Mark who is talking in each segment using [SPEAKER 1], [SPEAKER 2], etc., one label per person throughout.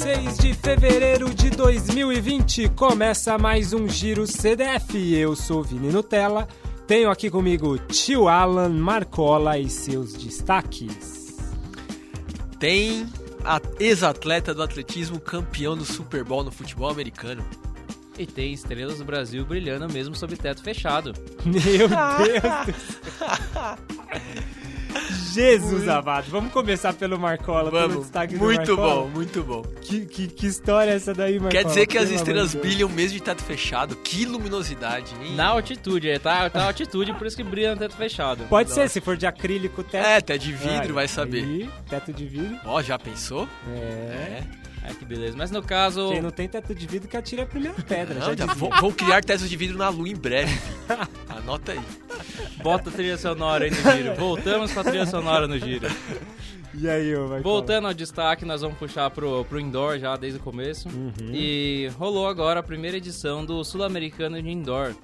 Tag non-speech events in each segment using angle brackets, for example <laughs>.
[SPEAKER 1] 6 de fevereiro de 2020 começa mais um Giro CDF. Eu sou Vini Nutella, tenho aqui comigo tio Alan Marcola e seus destaques.
[SPEAKER 2] Tem a ex-atleta do atletismo campeão do Super Bowl no futebol americano.
[SPEAKER 3] E tem estrelas do Brasil brilhando mesmo sob teto fechado.
[SPEAKER 1] Meu
[SPEAKER 2] <laughs>
[SPEAKER 1] Deus! do céu. Jesus amado, vamos começar pelo Marcola, pelo
[SPEAKER 2] Vamos,
[SPEAKER 1] Tá destaque
[SPEAKER 2] muito
[SPEAKER 1] do Marcola.
[SPEAKER 2] bom, muito bom.
[SPEAKER 1] Que, que, que história é essa daí, Marcola?
[SPEAKER 2] Quer dizer que as
[SPEAKER 1] Pelo amor
[SPEAKER 2] estrelas
[SPEAKER 1] de Deus.
[SPEAKER 2] brilham mesmo de teto fechado. Que luminosidade, hein?
[SPEAKER 3] Na altitude, é, tá, tá na altitude, por isso que brilha no teto fechado.
[SPEAKER 1] Pode ser, se for de acrílico, teto.
[SPEAKER 2] É, até de vidro,
[SPEAKER 1] Ai,
[SPEAKER 2] vai saber.
[SPEAKER 1] aí, teto de vidro.
[SPEAKER 2] Ó, já pensou?
[SPEAKER 1] É.
[SPEAKER 2] É.
[SPEAKER 3] Ai, que beleza. Mas no caso,
[SPEAKER 1] Quem não tem teto de vidro que atire a primeira pedra.
[SPEAKER 2] Não,
[SPEAKER 1] já
[SPEAKER 2] já
[SPEAKER 1] disse.
[SPEAKER 2] vou, vou criar testes de vidro na lua em breve.
[SPEAKER 1] <laughs>
[SPEAKER 2] Anota aí.
[SPEAKER 3] bota a trilha sonora aí no giro. Voltamos com a trilha sonora no giro.
[SPEAKER 1] E aí, ô, Marcola?
[SPEAKER 3] Voltando ao destaque, nós vamos puxar pro, pro indoor já desde o começo.
[SPEAKER 1] Uhum.
[SPEAKER 3] E rolou agora a primeira edição do Sul-Americano de Indoor.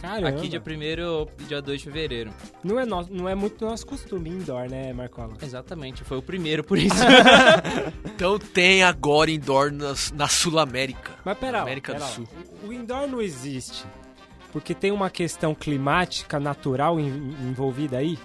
[SPEAKER 1] Caramba.
[SPEAKER 3] Aqui dia 1 ou dia 2 de fevereiro.
[SPEAKER 1] Não é, nosso, não é muito nosso costume indoor, né, Marcola?
[SPEAKER 3] Exatamente, foi o primeiro,
[SPEAKER 1] <laughs>
[SPEAKER 3] por isso.
[SPEAKER 2] Então tem agora indoor nas- na, Sul-América.
[SPEAKER 1] Mas pera lá,
[SPEAKER 2] América
[SPEAKER 1] pera
[SPEAKER 2] do
[SPEAKER 1] lá.
[SPEAKER 2] Sul.
[SPEAKER 1] O indoor não existe. Porque tem uma questão climática natural em- envolvida aí.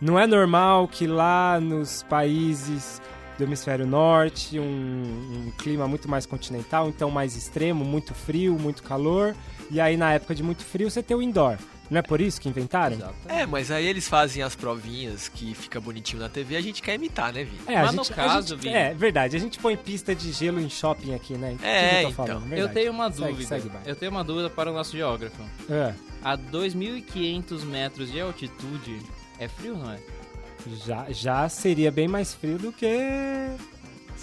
[SPEAKER 1] Não é normal que lá nos países do hemisfério norte, um, um clima muito mais continental, então mais extremo, muito frio, muito calor, e aí na época de muito frio você tem o indoor. Não é por isso que inventaram?
[SPEAKER 2] É, mas aí eles fazem as provinhas que fica bonitinho na TV, a gente quer imitar, né, Vini?
[SPEAKER 1] É, a
[SPEAKER 3] Mas no
[SPEAKER 1] gente- a
[SPEAKER 3] caso,
[SPEAKER 1] gente-
[SPEAKER 3] Vini-
[SPEAKER 1] É, verdade. A gente põe pista de gelo em shopping aqui, né?
[SPEAKER 2] É,
[SPEAKER 1] Tudo eu tô
[SPEAKER 2] então.
[SPEAKER 1] falando,
[SPEAKER 3] Eu
[SPEAKER 1] verdade.
[SPEAKER 3] tenho uma
[SPEAKER 1] Segue,
[SPEAKER 3] dúvida.
[SPEAKER 1] segue, vai.
[SPEAKER 3] Eu tenho uma dúvida para o nosso geógrafo.
[SPEAKER 1] É,
[SPEAKER 3] A 2.500 metros de altitude é frio, não é?
[SPEAKER 1] já, já seria bem mais frio do que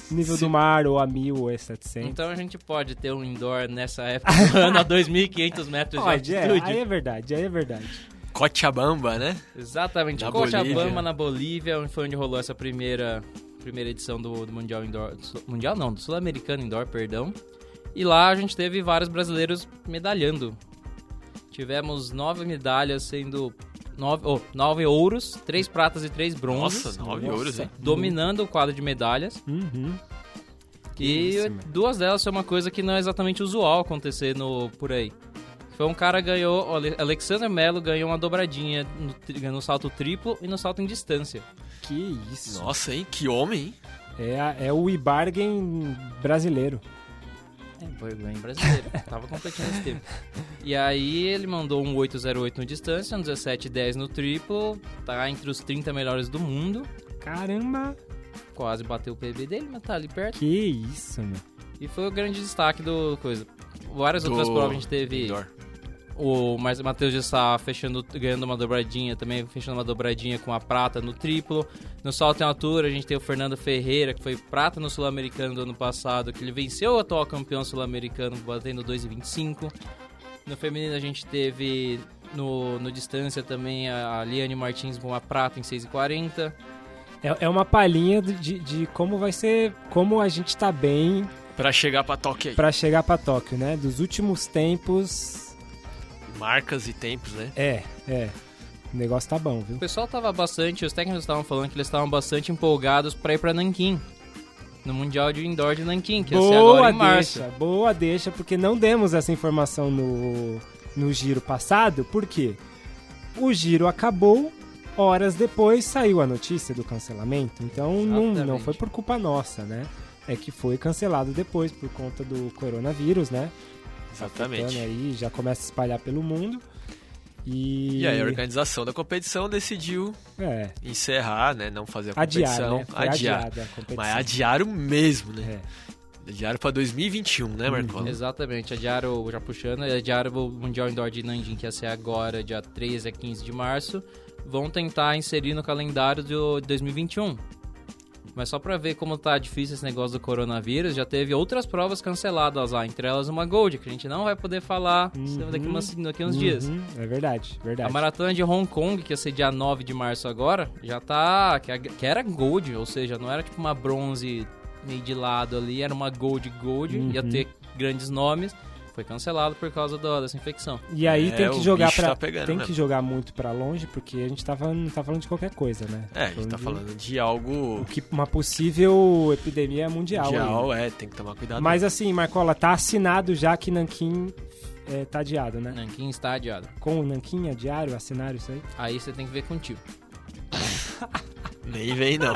[SPEAKER 1] nível do mar, ou a mil, ou a 700.
[SPEAKER 3] Então a gente pode ter um indoor nessa época
[SPEAKER 1] <laughs>
[SPEAKER 3] do ano a 2.500 metros
[SPEAKER 1] Pode,
[SPEAKER 3] de
[SPEAKER 1] é,
[SPEAKER 3] altitude.
[SPEAKER 1] aí é verdade, aí é verdade.
[SPEAKER 2] Cochabamba, né?
[SPEAKER 3] Exatamente.
[SPEAKER 2] Na
[SPEAKER 3] Cochabamba,
[SPEAKER 2] Bolívia.
[SPEAKER 3] na Bolívia, onde foi onde rolou essa primeira, primeira edição do, do Mundial Indoor. do Sul- mundial não, do Sul-Americano Indoor, perdão. E lá a gente teve vários brasileiros medalhando. Tivemos nove medalhas, sendo nove, oh, nove ouros, três pratas e três bronzes.
[SPEAKER 2] Nossa, nove
[SPEAKER 1] Nossa.
[SPEAKER 2] ouros, hein?
[SPEAKER 3] dominando o quadro de medalhas.
[SPEAKER 1] Uhum.
[SPEAKER 3] E
[SPEAKER 1] isso, mano.
[SPEAKER 3] duas delas foi uma coisa que não é exatamente usual acontecer no, por aí. Foi um cara que ganhou, o Ale- Alexandre Melo ganhou uma dobradinha no, tri- no salto triplo e no salto em distância.
[SPEAKER 1] Que isso.
[SPEAKER 2] Nossa, hein? Que homem, hein?
[SPEAKER 1] É, a- é o e-bargain brasileiro.
[SPEAKER 3] É, vergonha <laughs> brasileiro. Tava competindo esse tempo. E aí ele mandou um 808 no distância, um 1710 no triplo, tá entre os 30 melhores do mundo.
[SPEAKER 1] Caramba,
[SPEAKER 3] Quase bateu o PB dele, mas tá ali perto.
[SPEAKER 1] que isso, meu.
[SPEAKER 3] E foi o grande destaque do coisa. Várias outras
[SPEAKER 2] Do
[SPEAKER 3] provas a gente teve.
[SPEAKER 2] indoor.
[SPEAKER 3] O Mar- Matheus de Sá fechando, ganhando uma dobradinha também, fechando uma dobradinha com a prata no triplo. No salto em altura, a gente tem o Fernando Ferreira, que foi prata no Sul-Americano do ano passado, que ele venceu o atual campeão sul-americano, batendo 2,25. No feminino, a gente teve no, no distância também a Liane Martins com a prata em 6,40.
[SPEAKER 1] É, é uma palhinha de, de- de como vai ser, como a gente tá bem
[SPEAKER 2] Pra chegar pra toque aí.
[SPEAKER 1] pra chegar pra Tóquio, né? Dos últimos tempos,
[SPEAKER 2] Marcas e tempos, né?
[SPEAKER 1] é, é. O negócio tá bom, viu?
[SPEAKER 3] O pessoal tava bastante, os técnicos estavam falando que eles estavam bastante empolgados pra ir pra Nanquim. No Mundial de Indoor de Nanquim, que ia ser agora em março.
[SPEAKER 1] deixa, boa deixa, porque não demos essa informação no, no giro passado, por quê? O giro acabou, horas depois saiu a notícia do cancelamento, então não, não
[SPEAKER 3] Exatamente.
[SPEAKER 1] foi por culpa nossa, né? É que foi cancelado depois por conta do coronavírus, né? Então,
[SPEAKER 2] Exatamente.
[SPEAKER 1] aí já começa a espalhar pelo mundo. E,
[SPEAKER 2] E aí a organização da competição decidiu
[SPEAKER 1] é,
[SPEAKER 2] encerrar, né? Não fazer a
[SPEAKER 1] adiar,
[SPEAKER 2] competição.
[SPEAKER 1] né? Foi adiada a competição.
[SPEAKER 2] Mas adiaram mesmo, né?
[SPEAKER 1] É. Uhum.
[SPEAKER 2] Adiaram pra 2021, né, Marcola?
[SPEAKER 3] Exatamente, adiaram, já puxando, adiaram o Mundial Indoor de Nanjing, que ia ser agora, dia 13 a 15 de março. Vão tentar inserir no calendário de 2021. Mas só pra ver como tá difícil esse negócio do coronavírus, já teve outras provas canceladas lá, entre elas uma Gold, que a gente não vai poder falar
[SPEAKER 1] Uhum.
[SPEAKER 3] daqui, umas, daqui uns dias.
[SPEAKER 1] Uhum, É verdade,
[SPEAKER 3] A
[SPEAKER 1] verdade.
[SPEAKER 3] maratona de Hong Kong, que ia ser dia 9 de março agora, já tá. Que, a- que era gold, ou seja, não era tipo uma bronze meio de lado ali, era uma gold gold, ia
[SPEAKER 1] Uhum.
[SPEAKER 3] ter grandes nomes. Foi cancelado por causa do- dessa infecção.
[SPEAKER 1] E aí
[SPEAKER 2] É,
[SPEAKER 1] tem
[SPEAKER 2] o
[SPEAKER 1] que jogar
[SPEAKER 2] bicho
[SPEAKER 1] para
[SPEAKER 2] tá pegando
[SPEAKER 1] tem
[SPEAKER 2] mesmo.
[SPEAKER 1] que jogar muito pra longe, porque a gente tá falando, não tá falando de qualquer coisa, né?
[SPEAKER 2] É, a gente tá falando de
[SPEAKER 1] de
[SPEAKER 2] algo
[SPEAKER 1] que uma possível epidemia mundial. aí, né?
[SPEAKER 2] mundial, é, tem que tomar cuidado.
[SPEAKER 1] Mas assim, Marcola, tá assinado já que Nanquim é, tá adiado, né?
[SPEAKER 3] Nanquim está adiado.
[SPEAKER 2] É.
[SPEAKER 1] Com o Nanquim adiário, assinar isso aí.
[SPEAKER 3] Aí você tem que ver com o tio.
[SPEAKER 2] Nem
[SPEAKER 1] <laughs>
[SPEAKER 2] vem, não.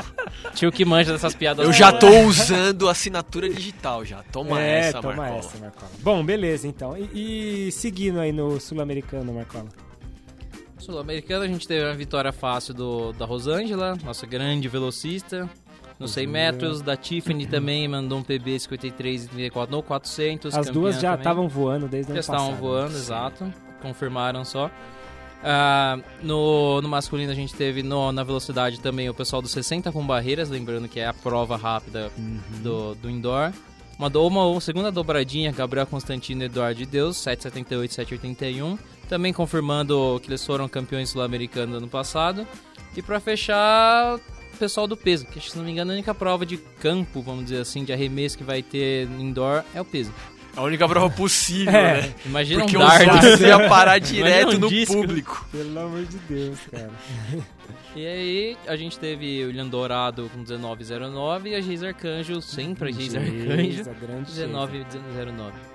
[SPEAKER 3] Tio que manja dessas piadas. né?
[SPEAKER 2] Eu já tô usando assinatura digital já. Toma
[SPEAKER 1] é,
[SPEAKER 2] essa,
[SPEAKER 1] toma
[SPEAKER 2] Marcola.
[SPEAKER 1] essa, Marcola. Bom, beleza, então. E, e seguindo aí no Sul-Americano, Marcola.
[SPEAKER 3] Sul-Americano, a gente teve uma vitória fácil do, da Rosângela, nossa grande velocista. Nos 100 metros, da Tiffany também mandou um PB 53 e 34 no 400.
[SPEAKER 1] As
[SPEAKER 3] campeã
[SPEAKER 1] duas já
[SPEAKER 3] também.
[SPEAKER 1] estavam voando desde o
[SPEAKER 3] Já
[SPEAKER 1] ano
[SPEAKER 3] estavam
[SPEAKER 1] passado. né?
[SPEAKER 3] voando, exato. Confirmaram só. Ah, no, no masculino a gente teve no- na velocidade também o pessoal dos 60 com barreiras, lembrando que é a prova rápida
[SPEAKER 1] Uhum.
[SPEAKER 3] do, do indoor. Uma, do- uma segunda dobradinha, Gabriel Constantino e Eduardo de Deus, 7,78 7,81. Também confirmando que eles foram campeões sul-americanos ano passado. E pra fechar, o pessoal do peso, que se não me engano a única prova de campo, vamos dizer assim, de arremesso que vai ter no indoor é o peso.
[SPEAKER 2] A única prova
[SPEAKER 1] <laughs>
[SPEAKER 2] possível,
[SPEAKER 1] É.
[SPEAKER 2] né?
[SPEAKER 3] Imagina
[SPEAKER 2] Porque
[SPEAKER 3] um
[SPEAKER 2] o
[SPEAKER 3] dardo.
[SPEAKER 2] Zardes
[SPEAKER 1] <laughs>
[SPEAKER 2] ia parar direto
[SPEAKER 3] um
[SPEAKER 2] no
[SPEAKER 3] disco.
[SPEAKER 2] público.
[SPEAKER 1] Pelo amor de Deus, cara.
[SPEAKER 3] E aí, a gente teve o William Dourado com 19,09 e a Geis Arcanjo, sempre a Geis Arcanjo,
[SPEAKER 1] Beleza, grande Geisa.
[SPEAKER 3] 19,09.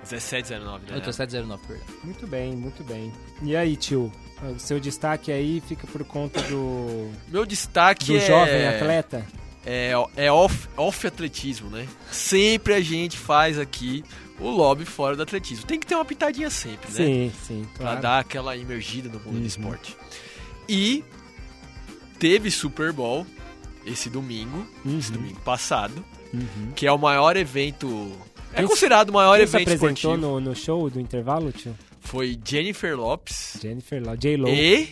[SPEAKER 2] 17,09, né?
[SPEAKER 3] 87,09, perdão.
[SPEAKER 1] Muito bem, muito bem. E aí, tio? O seu destaque aí fica por conta do,
[SPEAKER 2] Meu destaque
[SPEAKER 1] do
[SPEAKER 2] é...
[SPEAKER 1] jovem atleta?
[SPEAKER 2] É, é off, off atletismo, né? Sempre a gente faz aqui o lobby fora do atletismo. Tem que ter uma pitadinha sempre, né?
[SPEAKER 1] Sim, sim.
[SPEAKER 2] Pra
[SPEAKER 1] Claro.
[SPEAKER 2] dar aquela imergida no mundo
[SPEAKER 1] Uhum.
[SPEAKER 2] do esporte. E teve Super Bowl esse domingo, esse
[SPEAKER 1] Uhum.
[SPEAKER 2] domingo passado,
[SPEAKER 1] Uhum.
[SPEAKER 2] que é o maior evento. É
[SPEAKER 1] Quem-
[SPEAKER 2] considerado o maior
[SPEAKER 1] Quem se
[SPEAKER 2] evento
[SPEAKER 1] apresentou
[SPEAKER 2] esportivo.
[SPEAKER 1] no, no show do intervalo, tio?
[SPEAKER 2] Foi Jennifer Lopes
[SPEAKER 1] Jennifer Law, J-Lo.
[SPEAKER 2] e.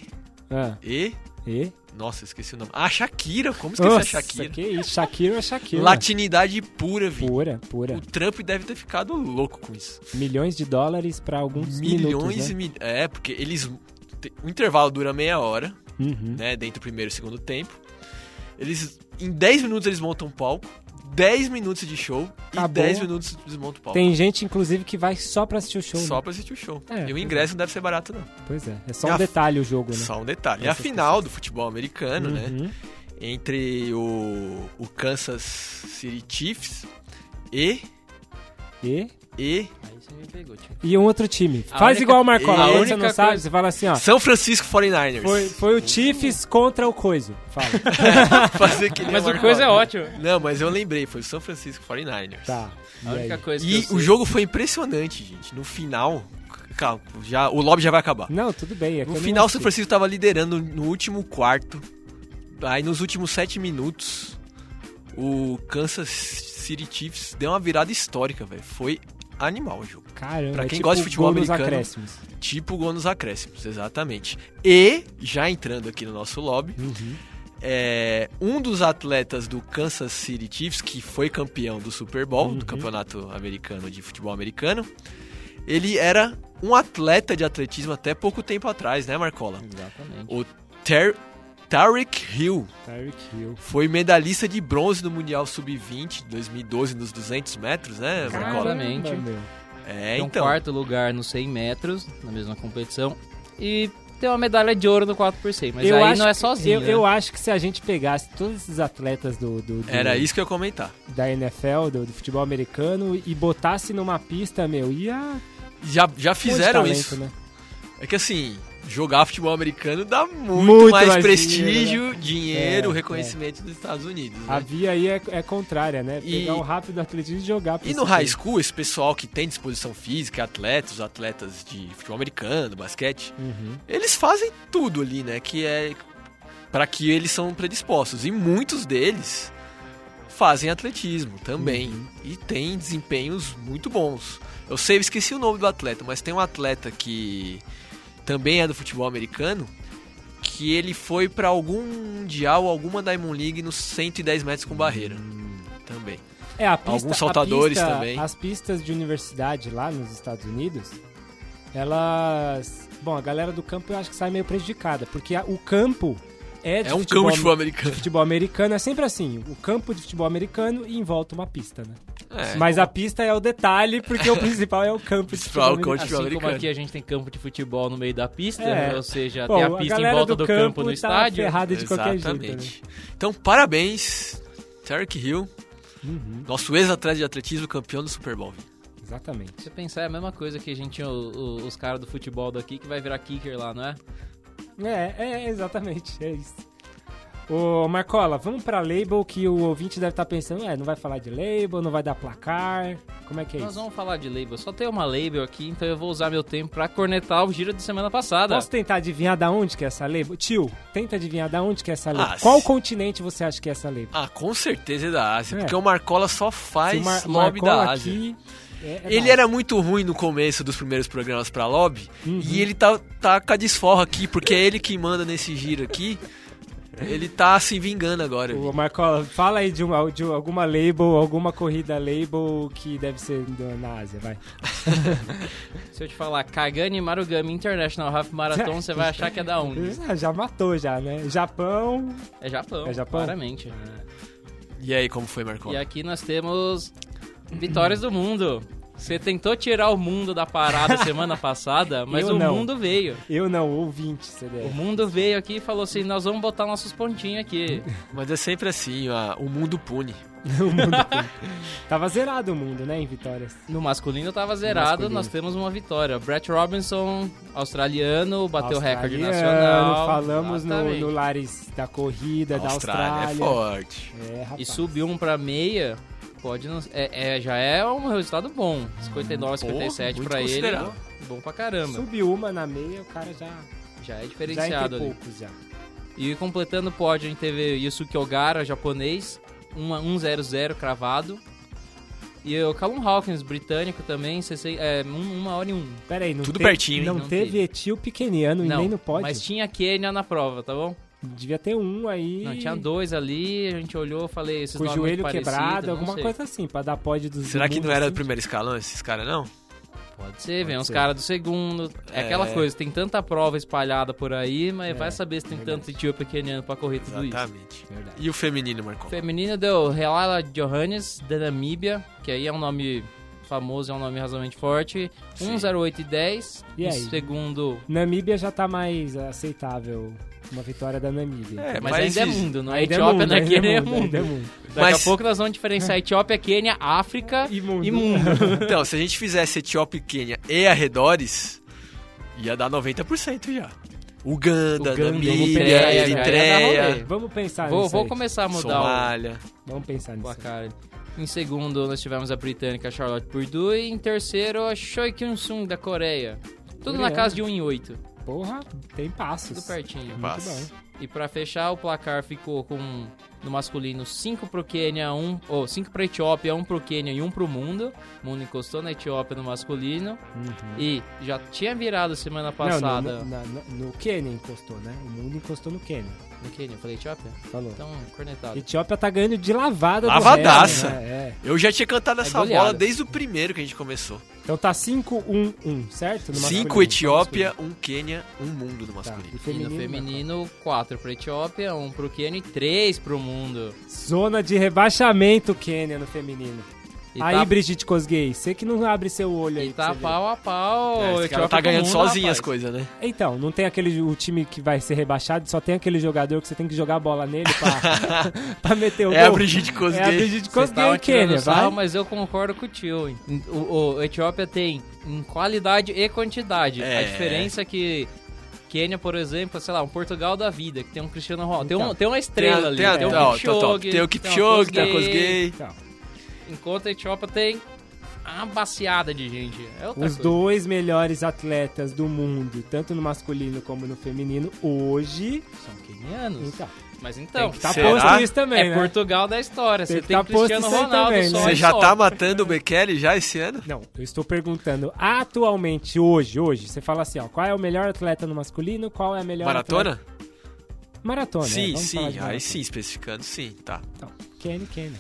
[SPEAKER 1] Ah,
[SPEAKER 2] E.
[SPEAKER 1] e?
[SPEAKER 2] Nossa, esqueci o nome. A Shakira, como esqueci a Shakira?
[SPEAKER 1] que isso. Shakira é Shakira.
[SPEAKER 2] Latinidade pura, Vini.
[SPEAKER 1] Pura,
[SPEAKER 2] O
[SPEAKER 1] pura.
[SPEAKER 2] Trump deve ter ficado louco com isso.
[SPEAKER 1] Milhões de dólares pra alguns
[SPEAKER 2] Milhões
[SPEAKER 1] minutos, né?
[SPEAKER 2] e mil... É, porque eles. te- O intervalo dura meia hora,
[SPEAKER 1] Uhum.
[SPEAKER 2] né? Dentro do primeiro e segundo tempo. Eles. Em 10 minutos eles montam um palco. 10 minutos de show
[SPEAKER 1] Acabou.
[SPEAKER 2] e 10 minutos desmontam o palco.
[SPEAKER 1] Tem gente, inclusive, que vai só pra assistir o show.
[SPEAKER 2] Só
[SPEAKER 1] né?
[SPEAKER 2] pra assistir o show.
[SPEAKER 1] É,
[SPEAKER 2] e
[SPEAKER 1] pois
[SPEAKER 2] o
[SPEAKER 1] é.
[SPEAKER 2] ingresso não deve ser barato, não.
[SPEAKER 1] Pois é, é só um
[SPEAKER 2] E a-
[SPEAKER 1] detalhe o jogo, né?
[SPEAKER 2] Só um detalhe. É a
[SPEAKER 1] Essas
[SPEAKER 2] final do futebol americano, né?
[SPEAKER 1] Uhum.
[SPEAKER 2] Entre o, o Kansas City Chiefs e.
[SPEAKER 1] E,
[SPEAKER 2] e
[SPEAKER 3] Aí você me pegou, tipo. tio.
[SPEAKER 1] e um outro time.
[SPEAKER 3] A
[SPEAKER 1] Faz
[SPEAKER 3] única-
[SPEAKER 1] igual o Marcola,
[SPEAKER 2] a
[SPEAKER 1] quando você
[SPEAKER 3] única
[SPEAKER 1] não sabe,
[SPEAKER 3] coisa-
[SPEAKER 1] você fala assim, ó.
[SPEAKER 2] São Francisco 49ers.
[SPEAKER 1] Foi,
[SPEAKER 2] <laughs>
[SPEAKER 1] foi o Chiefs contra o Coiso. Fala.
[SPEAKER 2] Fazer que nem
[SPEAKER 3] Mas
[SPEAKER 2] o
[SPEAKER 3] o coisa é
[SPEAKER 2] Marcola.
[SPEAKER 3] ótimo.
[SPEAKER 2] Não, mas eu lembrei, foi o São Francisco 49ers.
[SPEAKER 1] Tá. E
[SPEAKER 3] A única
[SPEAKER 1] aí?
[SPEAKER 3] coisa que
[SPEAKER 2] E
[SPEAKER 3] eu sei-
[SPEAKER 2] o jogo foi impressionante, gente. No final, calma, já, o lobby já vai acabar.
[SPEAKER 1] Não, tudo bem. É que eu
[SPEAKER 2] No
[SPEAKER 1] não
[SPEAKER 2] final, o São
[SPEAKER 1] assisti.
[SPEAKER 2] Francisco tava liderando no último quarto. Aí, nos últimos sete minutos, o Kansas City Chiefs deu uma virada histórica, velho. Foi animal o jogo.
[SPEAKER 1] Caramba,
[SPEAKER 2] assim, Pra
[SPEAKER 1] é
[SPEAKER 2] quem
[SPEAKER 1] tipo
[SPEAKER 2] gosta de futebol
[SPEAKER 1] gol nos
[SPEAKER 2] americano-
[SPEAKER 1] acréscimos.
[SPEAKER 2] Tipo gol nos acréscimos, exatamente. E, já entrando aqui no nosso lobby,
[SPEAKER 1] Uhum.
[SPEAKER 2] é, um dos atletas do Kansas City Chiefs, que foi campeão do Super Bowl,
[SPEAKER 3] Uhum.
[SPEAKER 2] do campeonato americano de futebol americano, ele era um atleta de atletismo até pouco tempo atrás, né, Marcola?
[SPEAKER 3] Exatamente.
[SPEAKER 2] O Ter Tarek Hill
[SPEAKER 1] Tyreek Hill.
[SPEAKER 2] foi medalhista de bronze no Mundial Sub-20 de 2012 nos 200 metros, né, Marcola?
[SPEAKER 3] Exatamente.
[SPEAKER 1] Caramba, meu.
[SPEAKER 2] É,
[SPEAKER 3] Tem um
[SPEAKER 2] então.
[SPEAKER 3] quarto lugar nos 100 metros, na mesma competição. E tem uma medalha de ouro no 4 por 100 mas aí não é
[SPEAKER 1] que-
[SPEAKER 3] sozinho,
[SPEAKER 1] Eu,
[SPEAKER 3] né?
[SPEAKER 1] eu acho que se a gente pegasse todos esses atletas do, do- do-
[SPEAKER 2] Era isso que eu ia comentar.
[SPEAKER 1] da NFL, do, do futebol americano, e botasse numa pista, meu, ia.
[SPEAKER 2] Já, já fizeram
[SPEAKER 1] um monte de
[SPEAKER 2] isso.
[SPEAKER 1] talento, Né?
[SPEAKER 2] É que assim, jogar futebol americano dá muito,
[SPEAKER 1] Muito
[SPEAKER 2] mais,
[SPEAKER 1] mais
[SPEAKER 2] prestígio, dinheiro,
[SPEAKER 1] É,
[SPEAKER 2] reconhecimento dos Estados Unidos. né?
[SPEAKER 1] A via aí é, é contrária, né?
[SPEAKER 2] E-
[SPEAKER 1] Pegar o rápido atletismo e jogar pra
[SPEAKER 2] E
[SPEAKER 1] esse
[SPEAKER 2] no high
[SPEAKER 1] time.
[SPEAKER 2] school, esse pessoal que tem disposição física, atletas, atletas de futebol americano, basquete,
[SPEAKER 1] Uhum.
[SPEAKER 2] eles fazem tudo ali, né? Que é para que eles são predispostos. E muitos deles fazem atletismo também
[SPEAKER 1] Uhum.
[SPEAKER 2] e têm desempenhos muito bons. Eu sei, eu esqueci o nome do atleta, mas tem um atleta que também é do futebol americano que ele foi para algum mundial, alguma Diamond League nos 110 metros com barreira.
[SPEAKER 1] Hum.
[SPEAKER 2] Também.
[SPEAKER 1] É, a pista,
[SPEAKER 2] Alguns
[SPEAKER 1] a
[SPEAKER 2] saltadores
[SPEAKER 1] pista-
[SPEAKER 2] também.
[SPEAKER 1] As pistas de universidade lá nos Estados Unidos, elas. Bom, a galera do campo eu acho que sai meio prejudicada, porque a- o campo é de
[SPEAKER 2] É um
[SPEAKER 1] futebol <laughs>
[SPEAKER 2] campo de futebol
[SPEAKER 1] de
[SPEAKER 2] americano.
[SPEAKER 1] futebol americano é sempre assim, o campo de futebol americano e em volta uma pista, né?
[SPEAKER 2] É.
[SPEAKER 1] Mas a pista é o detalhe, porque o principal é o campo de
[SPEAKER 2] Principal,
[SPEAKER 1] futebol.
[SPEAKER 2] o coach
[SPEAKER 1] americano.
[SPEAKER 3] Assim como
[SPEAKER 2] americano.
[SPEAKER 3] aqui a gente tem campo de futebol no meio da pista,
[SPEAKER 1] É.
[SPEAKER 3] né? ou seja,
[SPEAKER 1] Bom,
[SPEAKER 3] tem a
[SPEAKER 1] a
[SPEAKER 3] pista em
[SPEAKER 1] galera do
[SPEAKER 3] volta do, campo,
[SPEAKER 1] campo
[SPEAKER 3] no
[SPEAKER 1] tá
[SPEAKER 3] estádio.
[SPEAKER 1] ferrada de qualquer jeito, né?
[SPEAKER 2] Exatamente. Então, parabéns, Tarek Hill,
[SPEAKER 1] Uhum,
[SPEAKER 2] nosso ex-atleta de atletismo, campeão do Super Bowl.
[SPEAKER 1] exatamente.
[SPEAKER 3] Se você pensar, é a mesma coisa que a gente tinha o- o- os caras do futebol daqui que vai virar kicker lá, não é?
[SPEAKER 1] É, é, exatamente, é isso. Ô, Marcola, vamos pra label que o ouvinte deve estar pensando, é, não vai falar de label, não vai dar placar, como é que é
[SPEAKER 3] Nós
[SPEAKER 1] isso?
[SPEAKER 3] vamos falar de label. Só tem uma label aqui, então eu vou usar meu tempo pra cornetar o giro de semana passada.
[SPEAKER 1] Posso tentar adivinhar da onde que é essa label? Tio, tenta adivinhar da onde que é essa label.
[SPEAKER 2] Ah,
[SPEAKER 1] Qual
[SPEAKER 2] se-
[SPEAKER 1] continente você acha que é essa label?
[SPEAKER 2] Ah, com certeza é da Ásia,
[SPEAKER 1] É.
[SPEAKER 2] porque o Marcola só
[SPEAKER 1] Se
[SPEAKER 2] faz
[SPEAKER 1] o Mar-
[SPEAKER 2] lobby
[SPEAKER 1] Marcola
[SPEAKER 2] da Ásia.
[SPEAKER 1] aqui é- é
[SPEAKER 2] Ele
[SPEAKER 1] da
[SPEAKER 2] era muito ruim no começo dos primeiros programas pra lobby
[SPEAKER 1] Uhum.
[SPEAKER 2] e ele tá, tá com a desforra aqui, porque é ele que manda nesse giro aqui.
[SPEAKER 1] É.
[SPEAKER 2] Ele tá se vingando agora.
[SPEAKER 1] Ô, Marcola, fala aí de, uma, de alguma label, alguma corrida label que deve ser do- na Ásia, vai.
[SPEAKER 3] Se eu te falar Kagani Marugami International
[SPEAKER 1] <laughs>
[SPEAKER 3] Half Marathon, você vai achar que é da
[SPEAKER 2] Hum.
[SPEAKER 3] onde?
[SPEAKER 1] Ah, já matou já, né? Japão,
[SPEAKER 3] É Japão.
[SPEAKER 1] É Japão?
[SPEAKER 3] Claramente.
[SPEAKER 2] E aí, como foi,
[SPEAKER 3] E
[SPEAKER 2] Marcola?
[SPEAKER 3] aqui nós temos vitórias do mundo. Você tentou tirar o mundo
[SPEAKER 1] <laughs>
[SPEAKER 3] da parada semana passada, mas
[SPEAKER 1] Eu
[SPEAKER 3] o
[SPEAKER 1] não.
[SPEAKER 3] mundo veio.
[SPEAKER 1] eu não, ouvinte, CDF.
[SPEAKER 3] O mundo veio aqui e falou assim: nós vamos botar nossos pontinhos aqui.
[SPEAKER 2] Mas é sempre assim, ó, o mundo pune.
[SPEAKER 1] <laughs> O mundo todo. Tava zerado o mundo, né, em vitórias.
[SPEAKER 3] No masculino tava zerado,
[SPEAKER 1] masculino.
[SPEAKER 3] nós temos uma vitória. Brett Robinson, australiano, bateu recorde
[SPEAKER 1] Australiano,
[SPEAKER 3] nacional.
[SPEAKER 1] Falamos no,
[SPEAKER 3] Exatamente.
[SPEAKER 1] no Lares da corrida, da
[SPEAKER 2] é
[SPEAKER 1] Austrália.
[SPEAKER 2] forte.
[SPEAKER 1] É, rapaz.
[SPEAKER 3] E subir um pra meia, pode não. É, é- já é um resultado bom. 59, 57
[SPEAKER 2] muito
[SPEAKER 3] pra ele.
[SPEAKER 2] considerável.
[SPEAKER 3] Bom pra caramba.
[SPEAKER 1] Subiu uma na meia, o cara já,
[SPEAKER 3] Já é
[SPEAKER 1] já
[SPEAKER 3] diferenciado
[SPEAKER 1] entre
[SPEAKER 3] ali.
[SPEAKER 1] poucos já.
[SPEAKER 3] E completando o pódio, a gente teve Yusuke Ogara, japonês, 1-0-0 cravado. E o Callum Hawkins, britânico também, 16, é, 1 hora e 1.
[SPEAKER 1] Pera aí, não
[SPEAKER 2] Tudo
[SPEAKER 1] teve-
[SPEAKER 2] pertinho, hein?
[SPEAKER 1] Não,
[SPEAKER 3] Não
[SPEAKER 1] teve
[SPEAKER 3] teve.
[SPEAKER 1] etíope keniano e
[SPEAKER 3] Não,
[SPEAKER 1] nem no pódio.
[SPEAKER 3] mas tinha Kenya na prova, tá bom?
[SPEAKER 1] Devia ter um aí.
[SPEAKER 3] Não, tinha dois ali, a gente olhou, falei, esses
[SPEAKER 1] Com o
[SPEAKER 3] nomes muito
[SPEAKER 1] joelho
[SPEAKER 3] parecidos,
[SPEAKER 1] quebrado,
[SPEAKER 3] não
[SPEAKER 1] alguma
[SPEAKER 3] sei.
[SPEAKER 1] coisa assim, pra dar pódio dos
[SPEAKER 2] Será que
[SPEAKER 1] do
[SPEAKER 2] não
[SPEAKER 1] mundo,
[SPEAKER 2] era do
[SPEAKER 1] assim.
[SPEAKER 2] primeiro escalão esses caras, não?
[SPEAKER 3] Pode ser, vem
[SPEAKER 1] Pode
[SPEAKER 3] uns
[SPEAKER 1] ser.
[SPEAKER 3] caras do segundo. É,
[SPEAKER 2] É.
[SPEAKER 3] aquela coisa, tem tanta prova espalhada por aí, mas
[SPEAKER 1] É,
[SPEAKER 3] vai saber se tem
[SPEAKER 1] verdade.
[SPEAKER 3] tanto tio pequeniano pra correr tudo isso.
[SPEAKER 2] Exatamente.
[SPEAKER 1] Verdade.
[SPEAKER 2] E o feminino, Marcola?
[SPEAKER 3] Feminino deu Relala Johannes, da Namíbia, que aí é um nome famoso, é um nome razoavelmente forte.
[SPEAKER 2] Sim.
[SPEAKER 3] 108 e 10.
[SPEAKER 1] E aí?
[SPEAKER 3] Segundo.
[SPEAKER 1] Namíbia já tá mais aceitável. Uma vitória da Namíbia.
[SPEAKER 2] É,
[SPEAKER 3] Mas,
[SPEAKER 2] mas
[SPEAKER 3] ainda é
[SPEAKER 2] isso-
[SPEAKER 3] mundo, não é
[SPEAKER 1] Ainda é
[SPEAKER 3] Etiópia,
[SPEAKER 1] mundo,
[SPEAKER 3] não é
[SPEAKER 1] ainda
[SPEAKER 3] Quênia, é
[SPEAKER 1] ainda
[SPEAKER 3] mundo.
[SPEAKER 1] mundo.
[SPEAKER 3] Daqui a
[SPEAKER 2] Mas-
[SPEAKER 3] pouco nós vamos
[SPEAKER 1] <laughs>
[SPEAKER 3] diferenciar Etiópia, Quênia, África
[SPEAKER 1] E mundo.
[SPEAKER 3] e mundo.
[SPEAKER 2] Então, se a gente fizesse Etiópia e Quênia e arredores, ia dar 90% já. Uganda,
[SPEAKER 3] Uganda,
[SPEAKER 2] Namíbia,
[SPEAKER 3] Eritreia, já ia dar
[SPEAKER 2] Eritreia,
[SPEAKER 3] rolê.
[SPEAKER 1] Vamos pensar
[SPEAKER 3] vou,
[SPEAKER 1] nisso.
[SPEAKER 3] vou
[SPEAKER 1] aí.
[SPEAKER 3] começar a mudar o.
[SPEAKER 2] Somália.
[SPEAKER 1] Vamos pensar nisso.
[SPEAKER 3] placar. Em segundo, nós tivemos a britânica Charlotte Purdue. E em terceiro, a Choi Kyung-sung, da Coreia. Tudo na
[SPEAKER 1] Coreana.
[SPEAKER 3] casa de 1 em 8.
[SPEAKER 1] Porra, tem passos.
[SPEAKER 3] Tudo pertinho.
[SPEAKER 1] Muito
[SPEAKER 2] Passa.
[SPEAKER 3] E pra fechar, o placar ficou com, no masculino, 5 pro Quênia, 1... Ou, 5 pra Etiópia, 1 pro Quênia e 1 pro mundo. O mundo encostou na Etiópia no masculino.
[SPEAKER 1] Uhum.
[SPEAKER 3] E já tinha virado semana
[SPEAKER 1] Não, no-
[SPEAKER 3] passada...
[SPEAKER 1] No, na- no, no Quênia encostou, né? O mundo encostou no Quênia.
[SPEAKER 3] No Quênia, eu falei Etiópia?
[SPEAKER 1] Falou.
[SPEAKER 3] Então, cornetado.
[SPEAKER 1] Etiópia tá ganhando de lavada do
[SPEAKER 2] Lavadaça.
[SPEAKER 1] resto, né? É.
[SPEAKER 2] Eu já tinha cantado
[SPEAKER 3] É
[SPEAKER 2] essa
[SPEAKER 3] goleada.
[SPEAKER 2] bola desde o primeiro que a gente começou.
[SPEAKER 1] Então tá 5-1-1, certo? No
[SPEAKER 2] 5
[SPEAKER 1] masculino.
[SPEAKER 2] Etiópia, 1 um Quênia, 1 um mundo no
[SPEAKER 1] Tá,
[SPEAKER 2] masculino.
[SPEAKER 1] e
[SPEAKER 3] E no
[SPEAKER 1] feminino,
[SPEAKER 3] feminino, 4 pra Etiópia, 1 pro Quênia e 3 pro mundo.
[SPEAKER 1] Zona de rebaixamento, Quênia, no feminino.
[SPEAKER 3] E
[SPEAKER 1] aí,
[SPEAKER 3] tá
[SPEAKER 1] Brigitte Kosgei, você que não abre seu olho aí.
[SPEAKER 3] E
[SPEAKER 1] pra
[SPEAKER 3] tá
[SPEAKER 1] você ver.
[SPEAKER 3] pau a pau.
[SPEAKER 2] É,
[SPEAKER 3] eu
[SPEAKER 2] esse cara
[SPEAKER 3] tiro
[SPEAKER 2] tá
[SPEAKER 3] todo
[SPEAKER 2] ganhando
[SPEAKER 3] mundo,
[SPEAKER 2] sozinho
[SPEAKER 3] rapaz.
[SPEAKER 2] as coisas, né?
[SPEAKER 1] Então, não tem aquele o time que vai ser rebaixado, só tem aquele jogador que você tem que jogar a bola nele pra, <laughs>
[SPEAKER 3] <laughs>
[SPEAKER 1] pra meter o
[SPEAKER 2] É a
[SPEAKER 3] um-
[SPEAKER 1] gol.
[SPEAKER 2] Brigitte
[SPEAKER 1] É a
[SPEAKER 2] Kosgei.
[SPEAKER 1] Brigitte
[SPEAKER 3] Vocês
[SPEAKER 1] Kosgei,
[SPEAKER 3] estavam tirando
[SPEAKER 1] Quênia, vai.
[SPEAKER 3] sarro, mas eu concordo com o tio. hein? O, o Etiópia tem em qualidade e quantidade. A
[SPEAKER 2] É.
[SPEAKER 3] diferença é que Quênia, por exemplo, sei lá, um Portugal da vida, que tem um Cristiano Ronaldo. Tem,
[SPEAKER 1] Então.
[SPEAKER 3] um, tem uma estrela ali.
[SPEAKER 2] tem, a-
[SPEAKER 3] tem um
[SPEAKER 2] tá, ó, tá, tá.
[SPEAKER 3] Kipchoge.
[SPEAKER 2] tem o Kipchoge, tem a
[SPEAKER 3] uma Kosgei.
[SPEAKER 2] Kosgei.
[SPEAKER 1] Então,
[SPEAKER 3] Enquanto a Etiópia tem uma baciada de gente. É outra
[SPEAKER 1] os
[SPEAKER 3] coisa.
[SPEAKER 1] dois melhores atletas do mundo, tanto no masculino como no feminino, hoje.
[SPEAKER 3] São quenianos.
[SPEAKER 1] Então,
[SPEAKER 3] Mas então...
[SPEAKER 1] tem que tá
[SPEAKER 2] será?
[SPEAKER 1] posto isso também,
[SPEAKER 3] é
[SPEAKER 1] né?
[SPEAKER 3] Portugal da história.
[SPEAKER 1] Tem
[SPEAKER 3] Você
[SPEAKER 1] que
[SPEAKER 3] tem
[SPEAKER 1] tá posto
[SPEAKER 3] Cristiano
[SPEAKER 1] isso aí
[SPEAKER 3] Ronaldo
[SPEAKER 1] também,
[SPEAKER 3] só.
[SPEAKER 1] né?
[SPEAKER 2] Você
[SPEAKER 3] e
[SPEAKER 2] já
[SPEAKER 3] só.
[SPEAKER 2] tá matando o Bekele já esse ano?
[SPEAKER 1] Não, eu estou perguntando atualmente, hoje, hoje, você fala assim, ó, qual é o melhor atleta no masculino, qual é a melhor atleta-
[SPEAKER 2] Maratona?
[SPEAKER 1] Maratona. é,
[SPEAKER 2] Sim,
[SPEAKER 1] vamos falar de
[SPEAKER 2] sim.
[SPEAKER 1] maratona.
[SPEAKER 2] Aí sim, especificando, sim, tá.
[SPEAKER 1] Então, Kenny, Kenny.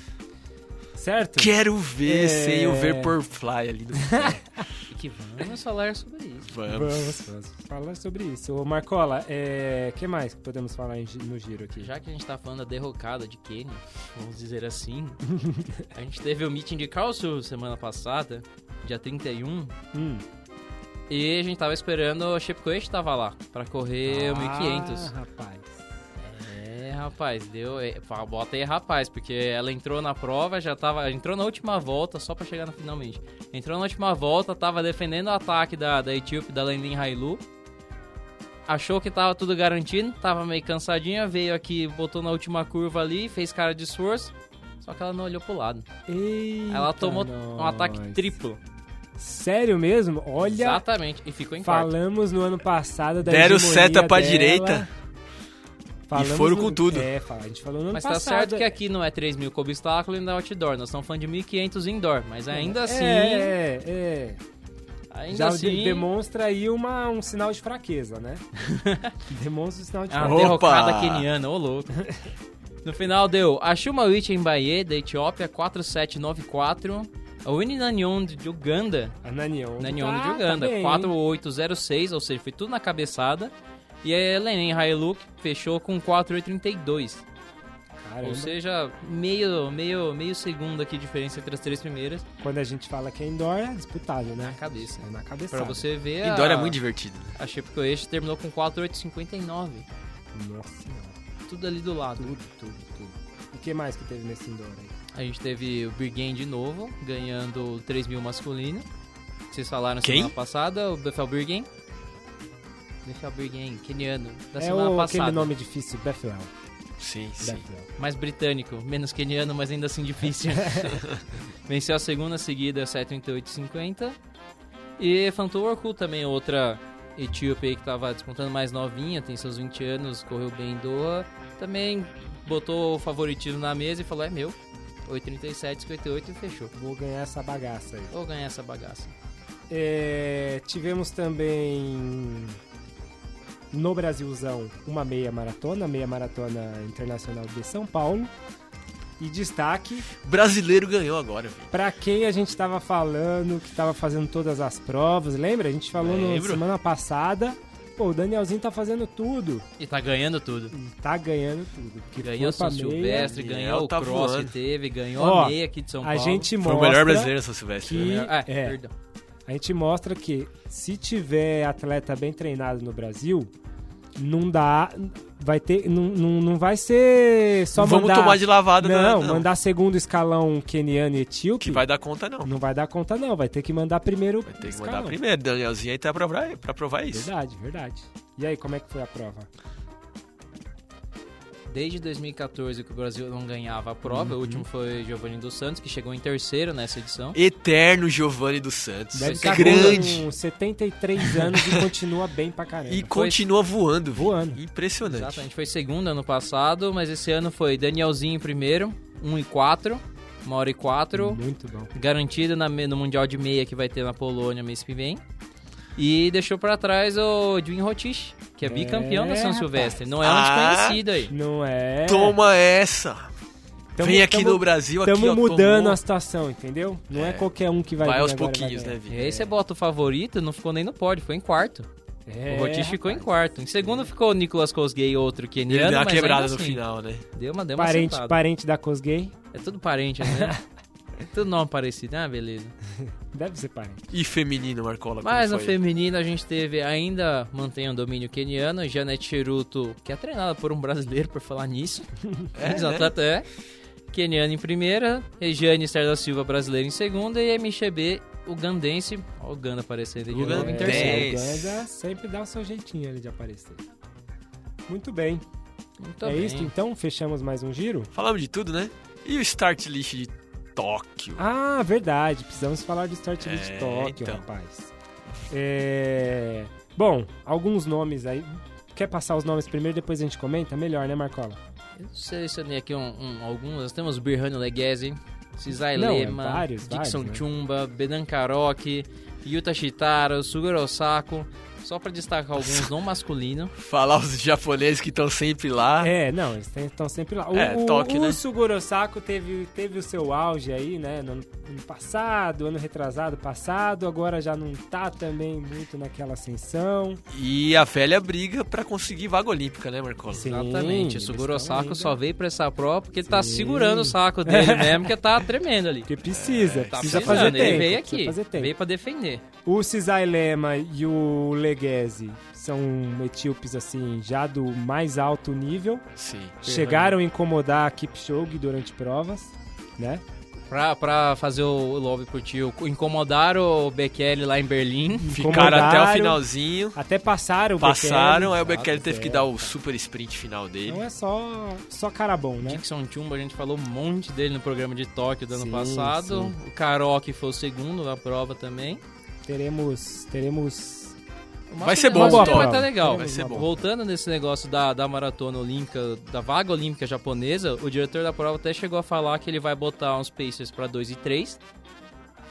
[SPEAKER 1] Certo?
[SPEAKER 2] Quero ver
[SPEAKER 1] É. <laughs>
[SPEAKER 2] sem o Vaporfly ali no pé.
[SPEAKER 3] que vamos falar sobre isso.
[SPEAKER 2] Vamos.
[SPEAKER 1] Vamos, vamos falar sobre isso. Ô, Marcola, é... que mais que podemos falar em gi- no giro aqui?
[SPEAKER 3] Já que a gente tá falando da derrocada de Kenny, vamos dizer assim, a gente teve o meeting de Karlsruhe semana passada, dia 31,
[SPEAKER 1] Hum.
[SPEAKER 3] e a gente tava esperando o Shepquest tava lá pra correr o 1500.
[SPEAKER 1] Ah, rapaz.
[SPEAKER 3] É, rapaz, deu. é, fa- Bota aí, rapaz, porque ela entrou na prova, já tava. Entrou na última volta, só pra chegar no finalmente. Entrou na última volta, tava defendendo o ataque da, da Etíope, da Landin Hailu. Achou que tava tudo garantido, tava meio cansadinha, veio aqui, botou na última curva ali, fez cara de esforço. Só que ela não olhou pro lado.
[SPEAKER 1] Eita,
[SPEAKER 3] Ela tomou um
[SPEAKER 1] nós.
[SPEAKER 3] ataque triplo.
[SPEAKER 1] Sério mesmo? Olha,
[SPEAKER 3] Exatamente. E ficou em quarto.
[SPEAKER 1] falamos no ano passado da
[SPEAKER 2] Deram
[SPEAKER 1] hegemonia
[SPEAKER 2] seta pra
[SPEAKER 1] dela.
[SPEAKER 2] direita.
[SPEAKER 1] Falamos
[SPEAKER 2] foram
[SPEAKER 1] no-
[SPEAKER 2] com tudo.
[SPEAKER 1] É, fala- a gente falou no ano
[SPEAKER 3] Mas tá
[SPEAKER 1] passado.
[SPEAKER 3] certo que aqui não é 3 mil com obstáculo e não é outdoor. Nós estamos falando de 1.500 indoor. Mas ainda
[SPEAKER 1] É,
[SPEAKER 3] assim.
[SPEAKER 1] é, é.
[SPEAKER 3] Ainda
[SPEAKER 1] Já de-
[SPEAKER 3] assim.
[SPEAKER 1] demonstra aí uma, um sinal de fraqueza,
[SPEAKER 3] <laughs>
[SPEAKER 1] né? demonstra um sinal de
[SPEAKER 3] A
[SPEAKER 1] fraqueza.
[SPEAKER 2] Opa!
[SPEAKER 3] é derrocada keniana, ô louco. <laughs> No final deu Ashuma Wich em Bahia, da Etiópia, 4794. A Winnie Nanyon de Uganda,
[SPEAKER 1] A Nanion.
[SPEAKER 3] Nanyon
[SPEAKER 1] tá,
[SPEAKER 3] de Uganda,
[SPEAKER 1] tá bem, hein?
[SPEAKER 3] 4806, ou seja, foi tudo na cabeçada. E a Helen Hailuk fechou com 4832.
[SPEAKER 1] Caramba.
[SPEAKER 3] Ou seja, meio, meio, meio segundo aqui de diferença entre as três primeiras
[SPEAKER 1] Quando a gente fala que é indoor, é disputado, né?
[SPEAKER 3] na cabeça.
[SPEAKER 1] É na cabeça.
[SPEAKER 3] Pra você ver,
[SPEAKER 2] E
[SPEAKER 3] a,
[SPEAKER 1] Ah.
[SPEAKER 2] Dória é muito divertido. né?
[SPEAKER 3] a Chepcoeche terminou com 4859.
[SPEAKER 1] Nossa senhora.
[SPEAKER 3] Tudo ali do lado.
[SPEAKER 1] Tudo, tudo, tudo. E o que mais que teve nesse indoor aí?
[SPEAKER 3] A gente teve o Birgen de novo, ganhando o 3 mil masculino. Vocês falaram
[SPEAKER 2] Quem?
[SPEAKER 3] semana passada, o Bethel Birgen. Bethel Birgen, keniano, da
[SPEAKER 1] é
[SPEAKER 3] semana
[SPEAKER 1] o,
[SPEAKER 3] passada.
[SPEAKER 1] aquele nome difícil, Bethel.
[SPEAKER 2] Sim, sim.
[SPEAKER 1] Bethel.
[SPEAKER 3] Mais britânico, menos keniano, mas ainda assim
[SPEAKER 1] <laughs>
[SPEAKER 3] difícil. Venceu a segunda seguida, 7,38,50. E Fantou Orkut também, outra etíope aí que tava despontando mais novinha, tem seus 20 anos, correu bem em Doha. Também botou o favoritismo na mesa e falou, é meu. 8,37,58 e fechou.
[SPEAKER 1] Vou ganhar essa bagaça aí.
[SPEAKER 3] Vou ganhar essa bagaça.
[SPEAKER 1] É, tivemos também no Brasilzão uma meia maratona, meia maratona internacional de São Paulo. E destaque
[SPEAKER 2] Brasileiro ganhou agora, velho.
[SPEAKER 1] pra quem a gente tava falando, que tava fazendo todas as provas, lembra? A gente falou na
[SPEAKER 2] Lembro.
[SPEAKER 1] semana passada. Pô, o Danielzinho tá fazendo tudo.
[SPEAKER 3] E tá ganhando tudo.
[SPEAKER 1] E tá ganhando tudo. Que
[SPEAKER 3] Ganhou
[SPEAKER 1] foi
[SPEAKER 3] São
[SPEAKER 1] pra meia, né?
[SPEAKER 3] Silvestre,
[SPEAKER 2] Daniel
[SPEAKER 3] ganhou o
[SPEAKER 2] tá
[SPEAKER 3] Cross
[SPEAKER 2] voando.
[SPEAKER 3] que teve, ganhou
[SPEAKER 1] Ó,
[SPEAKER 3] a meia aqui de São
[SPEAKER 1] A
[SPEAKER 3] Paulo.
[SPEAKER 1] gente
[SPEAKER 2] Foi
[SPEAKER 1] mostra.
[SPEAKER 2] o melhor brasileiro, São Silvestre.
[SPEAKER 1] que-
[SPEAKER 2] né?
[SPEAKER 3] Ah,
[SPEAKER 1] é.
[SPEAKER 3] perdão.
[SPEAKER 1] A gente mostra que se tiver atleta bem treinado no Brasil, não dá. Vai ter. Não, não, não vai ser só
[SPEAKER 2] Não Vamos
[SPEAKER 1] mandar.
[SPEAKER 2] tomar de lavada na-
[SPEAKER 1] não, mandar segundo escalão queniano e etíope.
[SPEAKER 2] Que vai dar conta, não.
[SPEAKER 1] Não vai dar conta, não. Vai ter que mandar primeiro.
[SPEAKER 2] Vai ter que
[SPEAKER 1] escalão.
[SPEAKER 2] mandar primeiro. Danielzinho aí tá pra provar, pra provar isso.
[SPEAKER 1] Verdade, verdade. E aí, como é que foi a prova?
[SPEAKER 3] Desde 2014 que o Brasil não ganhava a
[SPEAKER 1] Uhum.
[SPEAKER 3] prova, o último foi Giovanni dos Santos, que chegou em terceiro nessa edição.
[SPEAKER 2] Eterno Giovanni dos Santos.
[SPEAKER 1] Deve estar
[SPEAKER 3] tá
[SPEAKER 2] é grande.
[SPEAKER 1] com 73 anos e continua bem pra caramba.
[SPEAKER 2] E continua voando, velho.
[SPEAKER 1] Voando.
[SPEAKER 2] Impressionante.
[SPEAKER 3] Exatamente, foi segundo ano passado, mas esse ano foi Danielzinho em primeiro, 1 e 4, 1 hora e 4,
[SPEAKER 1] Muito bom.
[SPEAKER 3] garantido na me- no Mundial de Meia que vai ter na Polônia mês que vem. E deixou pra trás o Edwin Rotich, que é bicampeão da
[SPEAKER 1] É,
[SPEAKER 3] São
[SPEAKER 1] rapaz.
[SPEAKER 3] Silvestre. Não é um
[SPEAKER 2] Ah.
[SPEAKER 3] desconhecido aí.
[SPEAKER 1] Não é?
[SPEAKER 2] Toma essa.
[SPEAKER 1] Tamo-
[SPEAKER 2] Vem aqui
[SPEAKER 1] tamo-
[SPEAKER 2] no Brasil, aqui, ó,
[SPEAKER 1] Estamos mudando
[SPEAKER 2] tomou.
[SPEAKER 1] a situação, entendeu? Não é,
[SPEAKER 2] É.
[SPEAKER 1] qualquer um que vai
[SPEAKER 2] Vai,
[SPEAKER 1] vir
[SPEAKER 2] aos
[SPEAKER 1] agora e vai
[SPEAKER 2] pouquinhos, né,
[SPEAKER 3] E
[SPEAKER 2] Vini?
[SPEAKER 3] aí você é bota o favorito, não ficou nem no pódio, ficou em quarto.
[SPEAKER 1] ganhar.
[SPEAKER 3] o
[SPEAKER 1] É,
[SPEAKER 3] Rotich ficou em
[SPEAKER 1] rapaz.
[SPEAKER 3] quarto. Em segundo ficou o Nicolas Kosgei, outro
[SPEAKER 2] Ele
[SPEAKER 3] keniano,
[SPEAKER 2] deu uma
[SPEAKER 3] mas
[SPEAKER 2] quebrada no
[SPEAKER 3] ainda assim,
[SPEAKER 2] final, né?
[SPEAKER 3] Deu uma, deu uma
[SPEAKER 1] Parente,
[SPEAKER 3] sentada.
[SPEAKER 1] parente da Cosgay?
[SPEAKER 3] É
[SPEAKER 1] <laughs>
[SPEAKER 3] tudo parente, né? É tudo nome parecido. Ah, beleza.
[SPEAKER 1] Deve ser parente.
[SPEAKER 2] E feminino, Marcola. como
[SPEAKER 3] Mas no
[SPEAKER 2] foi?
[SPEAKER 3] feminino a gente teve, ainda mantém o domínio keniano, Janete Cheruto, que é treinada por um brasileiro, por falar nisso.
[SPEAKER 2] É, né?
[SPEAKER 3] Exatamente, é. Keniano em primeira, Regiane Esther da Silva, brasileira em segunda, e MXB, ugandense, ó, o Uganda aparecendo aí de novo em
[SPEAKER 2] Ugandês.
[SPEAKER 3] terceiro.
[SPEAKER 1] É, o Uganda sempre dá o seu jeitinho ali de aparecer. Muito bem.
[SPEAKER 3] Muito
[SPEAKER 2] Tá
[SPEAKER 1] é
[SPEAKER 3] bem.
[SPEAKER 1] isso, então? Fechamos mais um giro?
[SPEAKER 2] Falamos de tudo, né? E o start list de Tóquio?
[SPEAKER 1] Ah, verdade. Precisamos falar do Start List
[SPEAKER 2] É,
[SPEAKER 1] Tóquio,
[SPEAKER 2] então.
[SPEAKER 1] rapaz. É... Bom, alguns nomes aí. Quer passar os nomes primeiro, depois a gente comenta? Melhor, né, Marcola?
[SPEAKER 3] Eu selecionei aqui um, um- alguns. Nós temos Birhano Legese, Cizai
[SPEAKER 1] Não, é
[SPEAKER 3] Lema,
[SPEAKER 1] vários,
[SPEAKER 3] Dixon
[SPEAKER 1] vários, né?
[SPEAKER 3] Chumba, Benan Karoki, Yuta Shitara, Suguro Osako, Só pra destacar
[SPEAKER 1] <laughs>
[SPEAKER 3] alguns no masculino.
[SPEAKER 2] Falar os japoneses que estão sempre lá.
[SPEAKER 1] É, não, eles estão sempre lá. O,
[SPEAKER 2] É, toque,
[SPEAKER 1] o,
[SPEAKER 2] né?
[SPEAKER 1] o Sugoro Sako teve, teve o seu auge aí, né? No ano ano passado, ano retrasado, passado. Agora já não tá também muito naquela ascensão.
[SPEAKER 2] E a velha briga pra conseguir vaga olímpica, né, Marcola?
[SPEAKER 1] Sim,
[SPEAKER 3] Exatamente. O
[SPEAKER 1] eles
[SPEAKER 3] Suguro
[SPEAKER 1] estão
[SPEAKER 3] Sako
[SPEAKER 1] ainda.
[SPEAKER 3] só veio pra essa prova porque ele tá
[SPEAKER 1] Sim.
[SPEAKER 3] segurando o saco dele mesmo, que tá tremendo ali.
[SPEAKER 1] Porque precisa,
[SPEAKER 3] Tá
[SPEAKER 1] precisa
[SPEAKER 3] precisando,
[SPEAKER 1] fazer
[SPEAKER 3] ele
[SPEAKER 1] tempo.
[SPEAKER 3] veio
[SPEAKER 1] precisa
[SPEAKER 3] aqui,
[SPEAKER 1] fazer tempo.
[SPEAKER 3] veio pra defender.
[SPEAKER 1] O Cisai Lema e o Legese são etíopes, assim, já do mais alto nível.
[SPEAKER 2] Sim.
[SPEAKER 1] Chegaram a incomodar a Kipchoge durante provas, né?
[SPEAKER 3] Pra, pra fazer o lobby pro tio, incomodaram o Bekele lá em Berlim.
[SPEAKER 1] Uhum,
[SPEAKER 3] <laughs>
[SPEAKER 2] Ficaram até o
[SPEAKER 1] Incomodaram,
[SPEAKER 2] finalzinho.
[SPEAKER 1] Até passaram o
[SPEAKER 2] Passaram,
[SPEAKER 1] BQL.
[SPEAKER 2] aí o Bekele teve que
[SPEAKER 3] é.
[SPEAKER 1] certo.
[SPEAKER 2] dar o super sprint final dele.
[SPEAKER 1] Não é só, só cara bom, né?
[SPEAKER 3] Dixon Chumba, a gente falou um monte dele no programa de Tóquio do
[SPEAKER 1] Sim,
[SPEAKER 3] ano passado.
[SPEAKER 1] sim.
[SPEAKER 3] O Karoque foi o segundo na prova também.
[SPEAKER 1] Teremos, teremos...
[SPEAKER 2] Vai ser bom,
[SPEAKER 3] Vai
[SPEAKER 2] Tom.
[SPEAKER 3] estar tá legal.
[SPEAKER 2] Vai ser bom.
[SPEAKER 3] Voltando nesse negócio da, da maratona olímpica, da vaga olímpica japonesa, o diretor da prova até chegou a falar que ele vai botar uns pacers pra 2 e 3,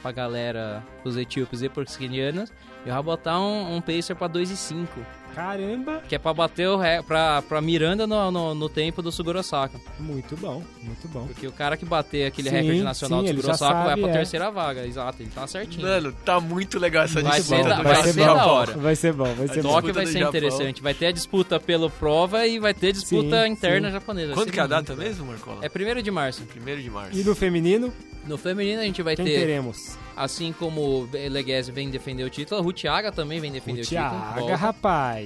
[SPEAKER 3] pra galera, os etíopes e porto-ricanos, e vai botar um, um pacer pra 2 e 5,
[SPEAKER 1] Caramba,
[SPEAKER 3] que é pra bater o ré, pra, pra Miranda no, no, no tempo do Suguro Saka.
[SPEAKER 1] muito bom, muito bom.
[SPEAKER 3] Porque o cara que bater aquele
[SPEAKER 1] Sim,
[SPEAKER 3] recorde nacional
[SPEAKER 1] sim,
[SPEAKER 3] do
[SPEAKER 1] ele
[SPEAKER 3] Suguro
[SPEAKER 1] já
[SPEAKER 3] Saka vai
[SPEAKER 1] sabe,
[SPEAKER 3] pra
[SPEAKER 1] é.
[SPEAKER 3] terceira vaga, exato, ele tá certinho.
[SPEAKER 2] Mano, tá muito legal essa
[SPEAKER 3] Vai
[SPEAKER 2] disputa
[SPEAKER 3] ser da-
[SPEAKER 2] do
[SPEAKER 3] vai
[SPEAKER 2] Brasil
[SPEAKER 3] ser
[SPEAKER 2] e
[SPEAKER 3] da
[SPEAKER 2] Japão.
[SPEAKER 3] hora.
[SPEAKER 1] Vai ser bom, vai ser
[SPEAKER 2] Tóquio
[SPEAKER 1] bom.
[SPEAKER 3] Tóquio vai
[SPEAKER 2] do
[SPEAKER 3] ser
[SPEAKER 2] Japão.
[SPEAKER 3] interessante. Vai ter a disputa pelo prova e vai ter a disputa
[SPEAKER 1] Sim,
[SPEAKER 3] interna
[SPEAKER 1] sim.
[SPEAKER 3] japonesa.
[SPEAKER 2] Quando
[SPEAKER 3] Vai
[SPEAKER 2] que é
[SPEAKER 3] ser
[SPEAKER 2] a
[SPEAKER 3] muito
[SPEAKER 2] data
[SPEAKER 3] legal.
[SPEAKER 2] mesmo, Marcola?
[SPEAKER 3] É 1 de março.
[SPEAKER 2] 1 de março.
[SPEAKER 1] E no feminino,
[SPEAKER 3] No feminino a gente vai
[SPEAKER 1] quem
[SPEAKER 3] ter,
[SPEAKER 1] teremos?
[SPEAKER 3] assim como o Leguese vem defender o título, a Rutiaga também vem defender
[SPEAKER 1] O
[SPEAKER 3] o, título.
[SPEAKER 1] Thiago,
[SPEAKER 3] Volta.
[SPEAKER 1] rapaz.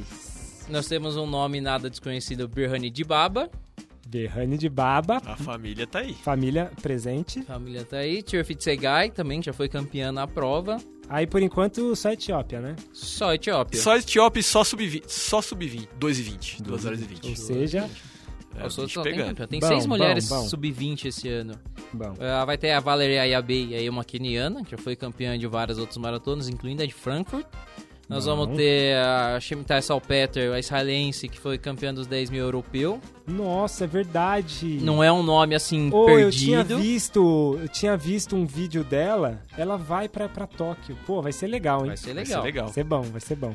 [SPEAKER 3] Nós temos um nome nada desconhecido, Birhani Dibaba.
[SPEAKER 1] Berrani de Baba,
[SPEAKER 2] A família tá aí.
[SPEAKER 1] família presente.
[SPEAKER 3] Família tá aí. Tirfit Segai também já foi campeã na prova.
[SPEAKER 1] Aí, por enquanto, só a Etiópia, né?
[SPEAKER 3] Só a Etiópia.
[SPEAKER 2] Só Etiópia e só sub-20. Só sub-20. 2 e 20. 2 horas e
[SPEAKER 1] Ou
[SPEAKER 2] 20.
[SPEAKER 1] seja,
[SPEAKER 2] É,
[SPEAKER 3] Os outros
[SPEAKER 2] 20
[SPEAKER 3] só tem
[SPEAKER 2] pegando.
[SPEAKER 3] campeã. Tem
[SPEAKER 1] Bom,
[SPEAKER 3] seis
[SPEAKER 1] bom,
[SPEAKER 3] mulheres
[SPEAKER 1] bom.
[SPEAKER 3] sub-20 esse ano.
[SPEAKER 1] bom.
[SPEAKER 3] Ah, vai ter a Valerie Ayabe, aí uma queniana, que já foi campeã de várias outras maratonas, incluindo a de Frankfurt. Nós
[SPEAKER 1] Bom.
[SPEAKER 3] vamos ter a Shemitai Salpeter, a israelense, que foi campeã dos 10 mil europeu.
[SPEAKER 1] Nossa, é verdade.
[SPEAKER 3] Não é um nome, assim,
[SPEAKER 1] Ô, eu tinha
[SPEAKER 3] perdido.
[SPEAKER 1] visto, eu tinha visto um vídeo dela. Ela vai pra, pra Tóquio. Pô, vai ser legal, hein?
[SPEAKER 3] né? Vai ser
[SPEAKER 2] Vai
[SPEAKER 3] legal.
[SPEAKER 2] ser legal.
[SPEAKER 1] Vai ser bom, vai ser bom.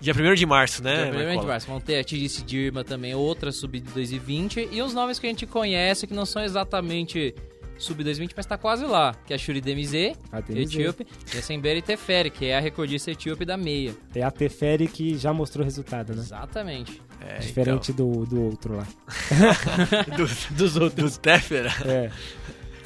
[SPEAKER 2] Dia 1 de março,
[SPEAKER 3] Então,
[SPEAKER 2] né,
[SPEAKER 3] primeiramente,
[SPEAKER 2] Marcola?
[SPEAKER 3] Barça, vamos ter a Tidice Dirma também, outra sub-2,20. E os nomes que a gente conhece, que não são exatamente sub-2,20, mas tá quase lá. Que é a Shuri Demize,
[SPEAKER 1] A Denise
[SPEAKER 3] etíope, e a Semberi Teferi, que é a recordista etíope da meia.
[SPEAKER 1] É a Teferi que já mostrou resultado, né?
[SPEAKER 3] Exatamente.
[SPEAKER 2] É,
[SPEAKER 1] Diferente do, do outro
[SPEAKER 2] <laughs>
[SPEAKER 1] lá.
[SPEAKER 2] então, <laughs> do, dos outros. Do Tefera.
[SPEAKER 1] É.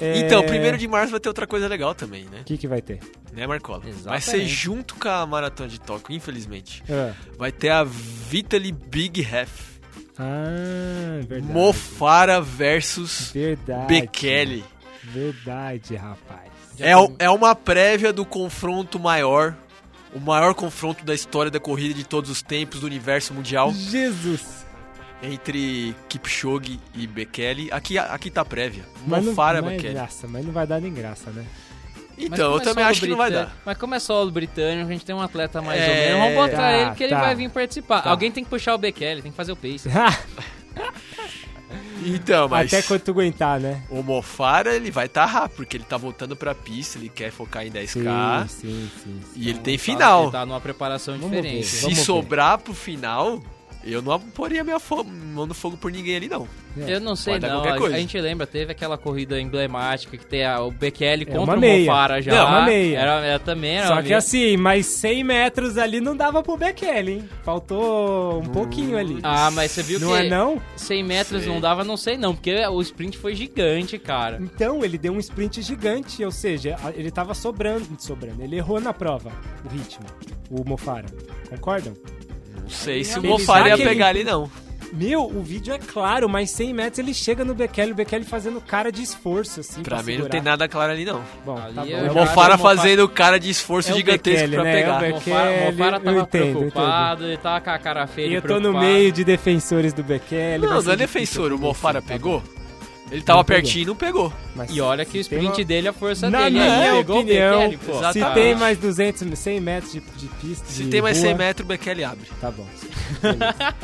[SPEAKER 2] Então, 1 de março vai ter outra coisa legal também, né?
[SPEAKER 1] O que, que vai ter?
[SPEAKER 2] Né, Marcola? Vai
[SPEAKER 3] Exatamente.
[SPEAKER 2] ser junto com a Maratona de Tóquio, infelizmente.
[SPEAKER 1] Ah,
[SPEAKER 2] Vai ter a Vitaly Big Half.
[SPEAKER 1] ah, verdade.
[SPEAKER 2] Mofara versus
[SPEAKER 1] Verdade.
[SPEAKER 2] Bekele.
[SPEAKER 1] Verdade, rapaz.
[SPEAKER 3] Já
[SPEAKER 2] É,
[SPEAKER 3] tem-
[SPEAKER 2] o- é uma prévia do confronto maior. O maior confronto da história da corrida de todos os tempos do universo mundial
[SPEAKER 1] Jesus!
[SPEAKER 2] entre Kipchoge e Bekele. Aqui, aqui tá a prévia.
[SPEAKER 1] Mas não,
[SPEAKER 2] Mofara é
[SPEAKER 1] mas
[SPEAKER 2] Bekele.
[SPEAKER 1] graça, mas não vai dar nem graça, né?
[SPEAKER 3] Mas
[SPEAKER 2] Então,
[SPEAKER 3] como
[SPEAKER 2] eu
[SPEAKER 3] é
[SPEAKER 2] também
[SPEAKER 3] solo
[SPEAKER 2] acho que não vai
[SPEAKER 3] britânico-
[SPEAKER 2] dar.
[SPEAKER 3] Mas como é solo britânico, a gente tem um atleta mais
[SPEAKER 2] É,
[SPEAKER 3] ou menos. Vamos botar
[SPEAKER 1] tá,
[SPEAKER 3] ele porque ele
[SPEAKER 1] tá.
[SPEAKER 3] vai vir participar.
[SPEAKER 1] Tá.
[SPEAKER 3] Alguém tem que puxar o Bekele, tem que fazer o pace.
[SPEAKER 2] Então, <laughs> mas
[SPEAKER 1] né? Até quando tu aguentar, né?
[SPEAKER 2] o Mofara ele vai estar rápido, porque ele tá voltando pra pista, ele quer focar em 10K.
[SPEAKER 1] sim, sim. sim.
[SPEAKER 2] E ele tem
[SPEAKER 3] Ele
[SPEAKER 2] final.
[SPEAKER 3] tá numa preparação
[SPEAKER 1] Vamos
[SPEAKER 3] diferente.
[SPEAKER 1] ver.
[SPEAKER 2] Se
[SPEAKER 1] Vamos ver.
[SPEAKER 2] sobrar pro final, eu não poria minha fo- mão no fogo por ninguém ali, não.
[SPEAKER 3] Eu não sei,
[SPEAKER 2] Pode dar
[SPEAKER 3] não.
[SPEAKER 2] qualquer
[SPEAKER 3] A,
[SPEAKER 2] coisa.
[SPEAKER 3] a gente lembra, teve aquela corrida emblemática que tem a- o Bekele
[SPEAKER 1] É
[SPEAKER 3] contra
[SPEAKER 1] uma meia.
[SPEAKER 3] o Mofara já.
[SPEAKER 1] Não, uma meia.
[SPEAKER 3] Era, era também era
[SPEAKER 1] Só
[SPEAKER 3] uma
[SPEAKER 1] que
[SPEAKER 3] meia.
[SPEAKER 1] assim, mas 100 metros ali não dava pro Bekele, hein? Faltou
[SPEAKER 2] Hum.
[SPEAKER 1] um pouquinho ali.
[SPEAKER 3] Ah, mas você viu
[SPEAKER 1] não
[SPEAKER 3] que
[SPEAKER 1] é não?
[SPEAKER 3] 100 metros
[SPEAKER 2] Sei.
[SPEAKER 3] não dava, não sei não, porque o sprint foi gigante, cara.
[SPEAKER 1] Então, ele deu um sprint gigante, ou seja, a- ele tava sobrando, sobrando. Ele errou na prova, o ritmo, o Mofara. Concordam?
[SPEAKER 2] Não sei se o
[SPEAKER 1] Ele
[SPEAKER 2] Mofara ia
[SPEAKER 1] sabe que
[SPEAKER 2] pegar
[SPEAKER 1] ele-
[SPEAKER 2] ali, não.
[SPEAKER 1] Meu, o vídeo é claro, mas 100 metros ele chega no Bekele, o Bekele fazendo cara de esforço, assim,
[SPEAKER 2] Pra mim não
[SPEAKER 1] segurar.
[SPEAKER 2] tem nada claro ali, não.
[SPEAKER 1] Bom,
[SPEAKER 3] Ali
[SPEAKER 1] tá bom.
[SPEAKER 3] é
[SPEAKER 1] É
[SPEAKER 3] o
[SPEAKER 2] O
[SPEAKER 1] o-
[SPEAKER 3] Mofara
[SPEAKER 2] Mofara
[SPEAKER 3] é o Mofara-
[SPEAKER 2] fazendo o cara de esforço
[SPEAKER 1] É o
[SPEAKER 2] gigantesco
[SPEAKER 1] Bekele,
[SPEAKER 2] pra
[SPEAKER 1] né? É o
[SPEAKER 2] pegar.
[SPEAKER 1] Bekele.
[SPEAKER 3] O Mofara, o Mofara
[SPEAKER 1] eu
[SPEAKER 3] tava
[SPEAKER 1] entendo, eu entendo.
[SPEAKER 3] preocupado, ele tava com a cara feia.
[SPEAKER 1] E
[SPEAKER 3] de
[SPEAKER 1] eu tô no
[SPEAKER 3] preocupado.
[SPEAKER 1] meio de defensores do Bekele. vai
[SPEAKER 2] Não,
[SPEAKER 1] ser
[SPEAKER 2] não é
[SPEAKER 1] difícil
[SPEAKER 2] defensor. O
[SPEAKER 1] pra
[SPEAKER 2] Mofara
[SPEAKER 1] vencer, tá
[SPEAKER 2] pegou. Ele tava
[SPEAKER 1] Não pegou.
[SPEAKER 2] pertinho e não pegou.
[SPEAKER 1] Mas
[SPEAKER 3] E olha que o
[SPEAKER 1] se tem uma-
[SPEAKER 3] sprint dele é a força
[SPEAKER 1] Na
[SPEAKER 3] dele.
[SPEAKER 1] minha
[SPEAKER 3] Ele pegou o
[SPEAKER 1] opinião,
[SPEAKER 3] Bekele, pô.
[SPEAKER 2] exato.
[SPEAKER 1] se
[SPEAKER 2] Exatamente.
[SPEAKER 1] tem mais 200, 100 metros de, de pista,
[SPEAKER 2] Se
[SPEAKER 1] de
[SPEAKER 2] tem mais
[SPEAKER 1] rua,
[SPEAKER 2] 100 metros, o Bekele abre.
[SPEAKER 1] Tá bom. Beleza.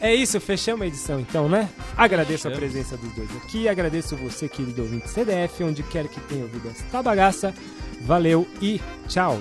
[SPEAKER 1] é isso, fechamos a edição então, né? Agradeço a
[SPEAKER 3] Fechamos.
[SPEAKER 1] presença dos dois aqui, agradeço você, querido ouvinte CDF, onde quer que tenha ouvido esta bagaça. Valeu e tchau!